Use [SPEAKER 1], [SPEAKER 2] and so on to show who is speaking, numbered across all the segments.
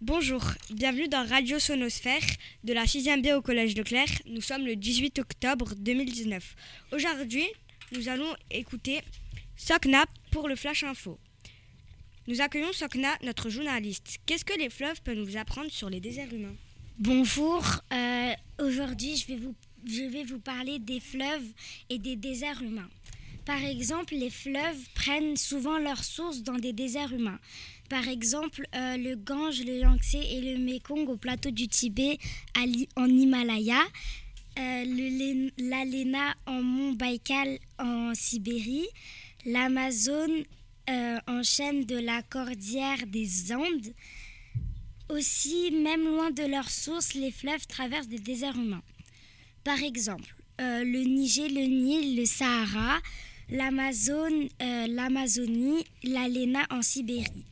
[SPEAKER 1] Bonjour, bienvenue dans Radio Sonosphère de la 6e B au Collège Leclerc. Nous sommes le 18 octobre 2019. Aujourd'hui, nous allons écouter Sokna pour le Flash Info. Nous accueillons Sokna, notre journaliste. Qu'est-ce que les fleuves peuvent nous apprendre sur les déserts humains
[SPEAKER 2] Bonjour, euh, aujourd'hui je vais, vous, je vais vous parler des fleuves et des déserts humains. Par exemple, les fleuves prennent souvent leur source dans des déserts humains. Par exemple, euh, le Gange, le Yangtze et le Mekong au plateau du Tibet à l'Hi- en Himalaya, euh, le Lén- l'Alena en mont Baïkal en Sibérie, l'Amazone euh, en chaîne de la Cordillère des Andes. Aussi, même loin de leur source, les fleuves traversent des déserts humains. Par exemple, euh, le Niger, le Nil, le Sahara, l'Amazone, euh, l'Amazonie, l'Alena en Sibérie.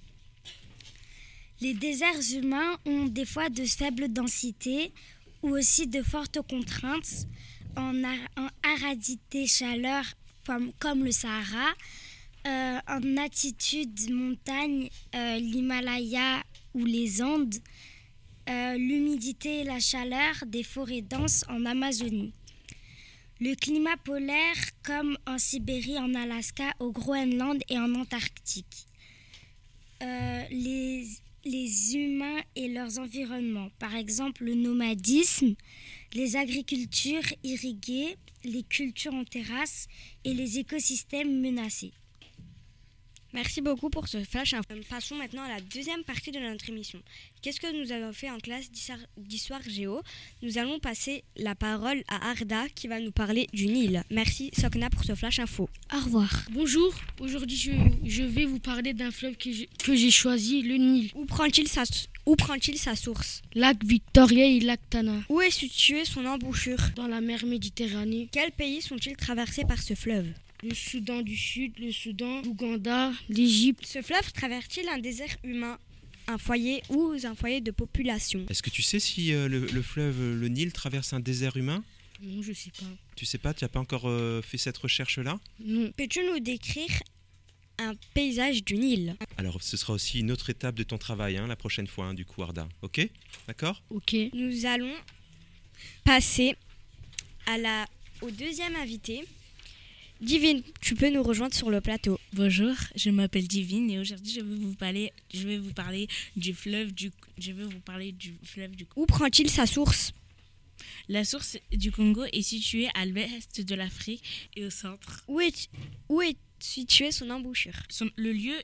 [SPEAKER 2] Les déserts humains ont des fois de faibles densités ou aussi de fortes contraintes en, ar- en aridité, chaleur comme, comme le Sahara, euh, en altitude, montagne, euh, l'Himalaya ou les Andes, euh, l'humidité et la chaleur des forêts denses en Amazonie. Le climat polaire comme en Sibérie, en Alaska, au Groenland et en Antarctique. Euh, les, les humains et leurs environnements, par exemple le nomadisme, les agricultures irriguées, les cultures en terrasse et les écosystèmes menacés.
[SPEAKER 1] Merci beaucoup pour ce flash info. Euh, Passons maintenant à la deuxième partie de notre émission. Qu'est-ce que nous avons fait en classe d'histoire d'histoire géo Nous allons passer la parole à Arda qui va nous parler du Nil. Merci Sokna pour ce flash info.
[SPEAKER 2] Au revoir.
[SPEAKER 3] Bonjour, aujourd'hui je, je vais vous parler d'un fleuve que j'ai- que j'ai choisi, le Nil.
[SPEAKER 1] Où prend-il sa, où prend-il sa source
[SPEAKER 3] Lac Victoria et lac Tana,
[SPEAKER 1] Où est située son embouchure
[SPEAKER 3] dans la mer Méditerranée,
[SPEAKER 1] Quels pays sont-ils traversés par ce fleuve
[SPEAKER 3] le Soudan du Sud, le Soudan, l'Ouganda, l'Égypte.
[SPEAKER 1] Ce fleuve traverse-t-il un désert humain, un foyer ou un foyer de population
[SPEAKER 4] Est-ce que tu sais si euh, le, le fleuve, euh, le Nil, traverse un désert humain
[SPEAKER 3] Non, je sais pas.
[SPEAKER 4] Tu sais pas, tu n'as pas encore euh, fait cette recherche-là
[SPEAKER 3] Non,
[SPEAKER 1] Peux-tu nous décrire un paysage du Nil
[SPEAKER 4] Alors, ce sera aussi une autre étape de ton travail hein, la prochaine fois, hein, du coup, Arda. Ok D'accord
[SPEAKER 3] ok.
[SPEAKER 1] Nous allons passer à la, au deuxième invité. Divine, tu peux nous rejoindre sur le plateau.
[SPEAKER 5] Bonjour, je m'appelle Divine et aujourd'hui je vais vous parler, je vais vous parler du fleuve du, je vais vous parler du fleuve du.
[SPEAKER 1] Où prend-il sa source
[SPEAKER 5] La source du Congo est située à l'ouest de l'Afrique et au centre.
[SPEAKER 1] Où est, où est située son embouchure
[SPEAKER 5] Son- le lieu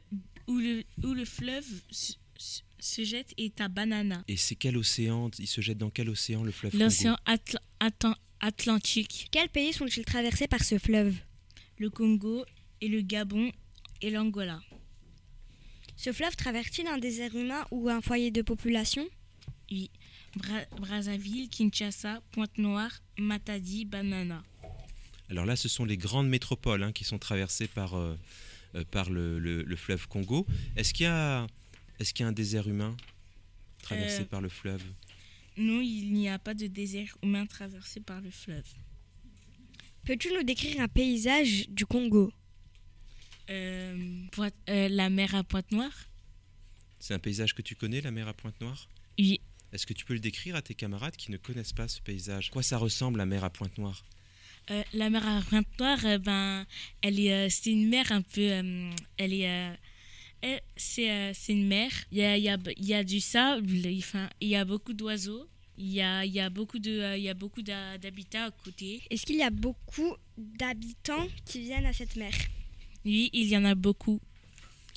[SPEAKER 5] où le, où le fleuve se, se- se jette est à Banana,
[SPEAKER 4] Et c'est quel océan Il se jette dans quel océan le fleuve Congo
[SPEAKER 5] l'océan Atl- Atlan- Atlantique,
[SPEAKER 1] Quels pays sont-ils traversés par ce fleuve
[SPEAKER 5] le Congo et le Gabon et l'Angola.
[SPEAKER 1] Ce fleuve traverse-t-il un désert humain ou un foyer de population
[SPEAKER 5] Oui, Bra- Brazzaville, Kinshasa, Pointe-Noire, Matadi, Banana.
[SPEAKER 4] Alors là, ce sont les grandes métropoles hein, qui sont traversées par, euh, euh, par le, le- le fleuve Congo. Est-ce qu'il y, est qu'il y a un désert humain traversé
[SPEAKER 5] Euh,
[SPEAKER 4] par le fleuve
[SPEAKER 5] Non, il n'y a pas de désert humain traversé par le fleuve.
[SPEAKER 1] Peux-tu nous décrire un paysage du Congo
[SPEAKER 5] Euh, Poit- euh, la mer à Pointe-Noire
[SPEAKER 4] C'est un paysage que tu connais, la mer à Pointe-Noire
[SPEAKER 5] Oui.
[SPEAKER 4] Est-ce que tu peux le décrire à tes camarades qui ne connaissent pas ce paysage Quoi ça ressemble, la mer à Pointe-Noire
[SPEAKER 5] Euh, la mer à Pointe-Noire, euh, ben, elle est, euh, c'est une mer un peu, euh, elle est, euh, elle- c'est, euh, c'est une mer. Il y a, il y a- il y a du sable, il fin- il y a beaucoup d'oiseaux, il y a, il y a beaucoup de, euh, il y a beaucoup d'ha- d'habitats à côté.
[SPEAKER 1] Est-ce qu'il y a beaucoup d'habitants qui viennent à cette mer
[SPEAKER 5] Oui, il y en a beaucoup.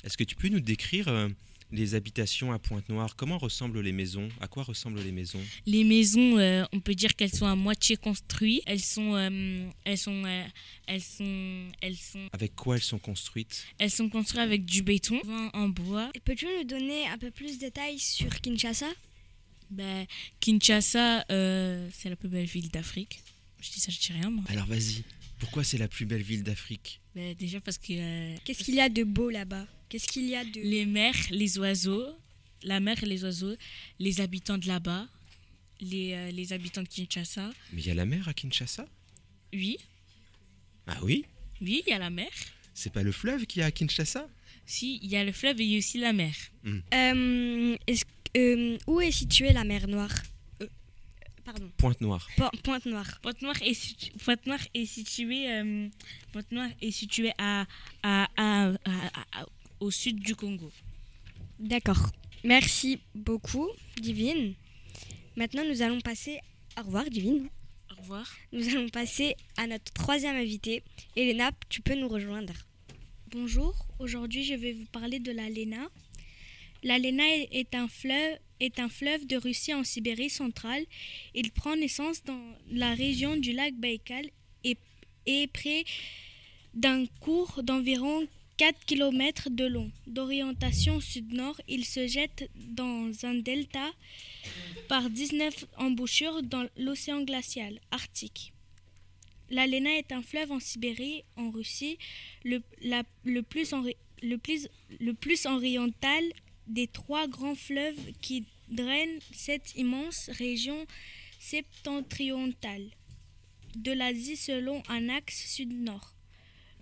[SPEAKER 4] Est-ce que tu peux nous décrire euh, les habitations à Pointe-Noire Comment ressemblent les maisons À quoi ressemblent les maisons
[SPEAKER 5] Les maisons, euh, on peut dire qu'elles sont à moitié construites. Elles sont, euh, elles sont, euh, elles sont, elles sont,
[SPEAKER 4] Avec quoi elles sont construites
[SPEAKER 5] elles sont construites avec du béton, souvent en bois.
[SPEAKER 1] Et Peux-tu nous donner un peu plus de détails sur Kinshasa
[SPEAKER 5] Bah, Kinshasa, euh, c'est la plus belle ville d'Afrique. Je dis ça, je dis rien, moi.
[SPEAKER 4] Alors vas-y, pourquoi c'est la plus belle ville d'Afrique
[SPEAKER 5] Bah, déjà parce que euh,
[SPEAKER 1] Qu'est-ce qu'il y a de beau là-bas Qu'est-ce qu'il y a de...
[SPEAKER 5] les mers, les oiseaux, la mer et les oiseaux, les habitants de là-bas, les, euh, les habitants de Kinshasa.
[SPEAKER 4] Mais il y a la mer à Kinshasa
[SPEAKER 5] Oui,
[SPEAKER 4] Ah oui
[SPEAKER 5] oui, il y a la mer.
[SPEAKER 4] C'est pas le fleuve qui est à Kinshasa
[SPEAKER 5] Si, il y a le fleuve et il y a aussi la mer.
[SPEAKER 1] Euh, est-ce- Euh, où est située la mer Noire Euh, Pardon,
[SPEAKER 4] Pointe-Noire.
[SPEAKER 1] Po- Pointe Noire.
[SPEAKER 5] Pointe-Noire est, situ- Pointe-Noire est située, euh, Pointe-Noire est située à, à- à- à- à- au sud du Congo.
[SPEAKER 1] D'accord. Merci beaucoup, Divine. Maintenant, nous allons passer. Au revoir, Divine.
[SPEAKER 5] Au revoir.
[SPEAKER 1] Nous allons passer à notre troisième invitée. Elena, tu peux nous rejoindre.
[SPEAKER 6] Bonjour, aujourd'hui je vais vous parler de la Lena. La Lena est- est un fleuve, est un fleuve de Russie en Sibérie centrale. Il prend naissance dans la région du lac Baïkal et est près d'un cours d'environ 4 km de long. D'orientation sud-nord, il se jette dans un delta par 19 embouchures dans l'océan glacial arctique. La Lena est un fleuve en Sibérie, en Russie, le, la- le, plus enri- le, plus, le plus oriental des trois grands fleuves qui drainent cette immense région septentrionale de l'Asie selon un axe sud-nord,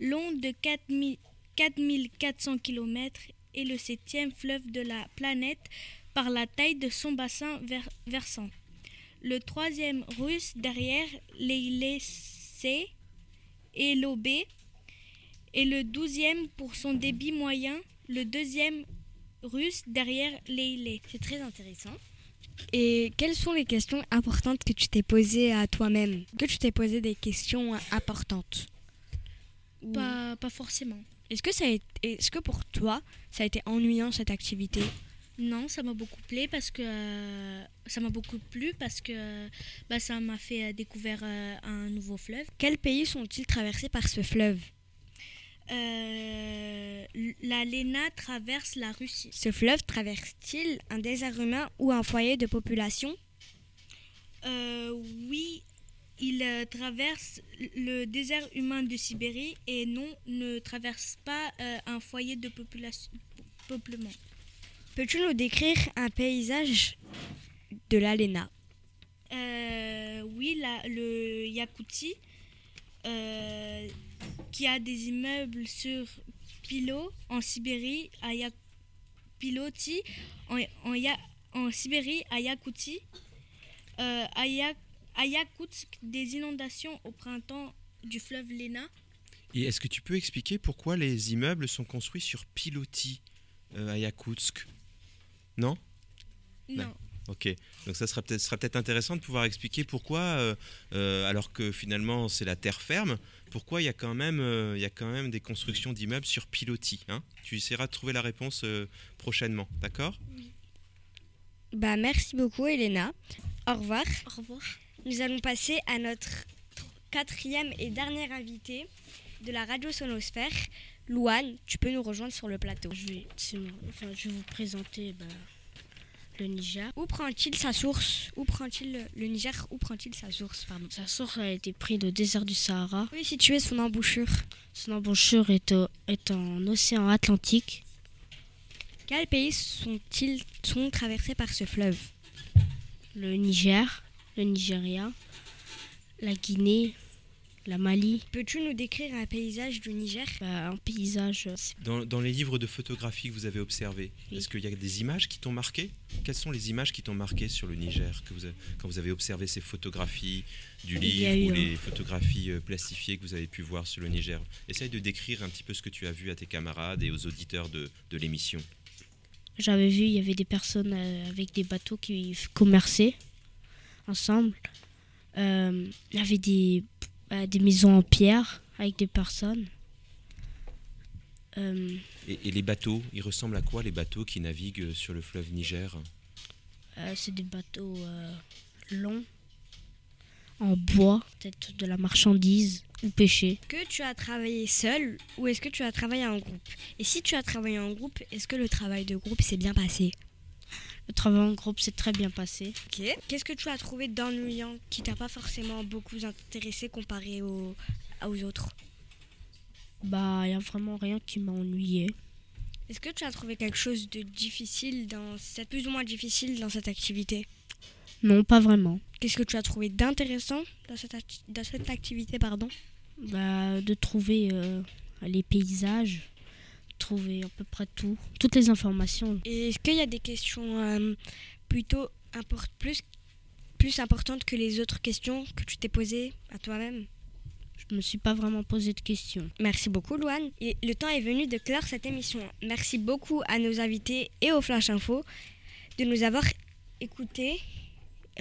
[SPEAKER 6] long de 4000 4400 km et le septième fleuve de la planète par la taille de son bassin ver- versant. Le troisième russe derrière l'Eiletsé et l'Obé, et le 12e pour son débit moyen, le deuxième russe derrière Leilé.
[SPEAKER 1] C'est très intéressant. Et quelles sont les questions importantes que tu t'es posées à toi-même Que tu t'es posé des questions importantes Ou-
[SPEAKER 6] Pas, pas forcément.
[SPEAKER 1] Est-ce que, ça a été- est-ce que pour toi, ça a été ennuyant cette activité
[SPEAKER 6] Non, ça m'a beaucoup plu parce que euh, ça m'a beaucoup plu parce que euh, bah, ça m'a fait euh, découvrir euh, un nouveau fleuve.
[SPEAKER 1] Quels pays sont-ils traversés par ce fleuve
[SPEAKER 6] Euh, la Léna traverse la Russie.
[SPEAKER 1] Ce fleuve traverse-t-il un désert humain ou un foyer de population
[SPEAKER 6] Euh, oui, il euh, traverse le désert humain de Sibérie et non ne traverse pas euh, un foyer de population peuplement.
[SPEAKER 1] Peux-tu nous décrire un paysage de l'ALENA
[SPEAKER 6] Euh, oui, là, le Yakoutie, euh, qui a des immeubles sur Pilo, en Sibérie, à Ya- Piloti, en, en, Ya- en Sibérie, à Yakoutie. Euh, à, Ya- à Yakoutsk, des inondations au printemps du fleuve Lena.
[SPEAKER 4] Et est-ce que tu peux expliquer pourquoi les immeubles sont construits sur pilotis euh, à Yakoutsk Non
[SPEAKER 6] Non.
[SPEAKER 4] Ouais. Ok, donc ça sera peut-être sera peut-être intéressant de pouvoir expliquer pourquoi, euh, euh, alors que finalement c'est la terre ferme, pourquoi il y a quand même, euh, il y a quand même des constructions d'immeubles sur pilotis. hein. tu essaieras de trouver la réponse euh, prochainement, d'accord
[SPEAKER 1] Bah merci beaucoup Elena. Au revoir.
[SPEAKER 6] Au revoir.
[SPEAKER 1] Nous allons passer à notre tr- quatrième et dernière invitée de la radio sonosphère. Louane, tu peux nous rejoindre sur le plateau.
[SPEAKER 3] Je vais, c'est moi. Enfin, je vais vous présenter bah, le Niger.
[SPEAKER 1] Où prend-il sa source Où prend-il le- le Niger Où prend-il sa source Pardon.
[SPEAKER 3] Sa source a été prise du désert du Sahara.
[SPEAKER 1] Où est située son embouchure
[SPEAKER 3] Son embouchure est, au- est en océan Atlantique.
[SPEAKER 1] Quels pays sont-ils sont traversés par ce fleuve
[SPEAKER 3] Le Niger, le Nigeria, la Guinée, la Mali.
[SPEAKER 1] Peux-tu nous décrire un paysage du Niger
[SPEAKER 3] Bah, un paysage. euh, c'est-
[SPEAKER 4] dans, dans les livres de photographie que vous avez observés,
[SPEAKER 3] Oui.
[SPEAKER 4] est-ce qu'il y a des images qui t'ont marqué Quelles sont les images qui t'ont marqué sur le Niger que vous avez- quand vous avez observé ces photographies du
[SPEAKER 3] Il y a
[SPEAKER 4] livre ou
[SPEAKER 3] eu un-
[SPEAKER 4] les photographies euh, plastifiées que vous avez pu voir sur le Niger Essaye de décrire un petit peu ce que tu as vu à tes camarades et aux auditeurs de, de l'émission.
[SPEAKER 3] J'avais vu, il y avait des personnes euh, avec des bateaux qui f- commerçaient ensemble. Euh, il y avait des, bah, des maisons en pierre avec des personnes. Euh,
[SPEAKER 4] Et, et les bateaux, ils ressemblent à quoi les bateaux qui naviguent sur le fleuve Niger
[SPEAKER 3] Euh, c'est des bateaux euh, longs, en bois, peut-être de la marchandise ou pêcher.
[SPEAKER 1] Que tu as travaillé seul ou est-ce que tu as travaillé en groupe Et si tu as travaillé en groupe, est-ce que le travail de groupe s'est bien passé
[SPEAKER 3] Le travail en groupe s'est très bien passé.
[SPEAKER 1] Ok. Qu'est-ce que tu as trouvé d'ennuyant qui t'a pas forcément beaucoup intéressé comparé aux, aux autres
[SPEAKER 3] Bah, il n'y a vraiment rien qui m'a ennuyé.
[SPEAKER 1] Est-ce que tu as trouvé quelque chose de difficile dans cette plus ou moins difficile dans cette activité
[SPEAKER 3] Non, pas vraiment.
[SPEAKER 1] Qu'est-ce que tu as trouvé d'intéressant dans cette, acti- dans cette activité pardon
[SPEAKER 3] Bah, de trouver euh, les paysages, trouver à peu près tout, toutes les informations.
[SPEAKER 1] Et est-ce qu'il y a des questions euh, plutôt import- plus, plus importantes que les autres questions que tu t'es posées à toi-même
[SPEAKER 3] Je me suis pas vraiment posé de questions.
[SPEAKER 1] Merci beaucoup, Louane. Et le temps est venu de clore cette émission. Merci beaucoup à nos invités et au Flash Info de nous avoir écoutés.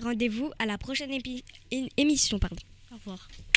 [SPEAKER 1] Rendez-vous à la prochaine épi- é- émission. Pardon.
[SPEAKER 3] Au revoir.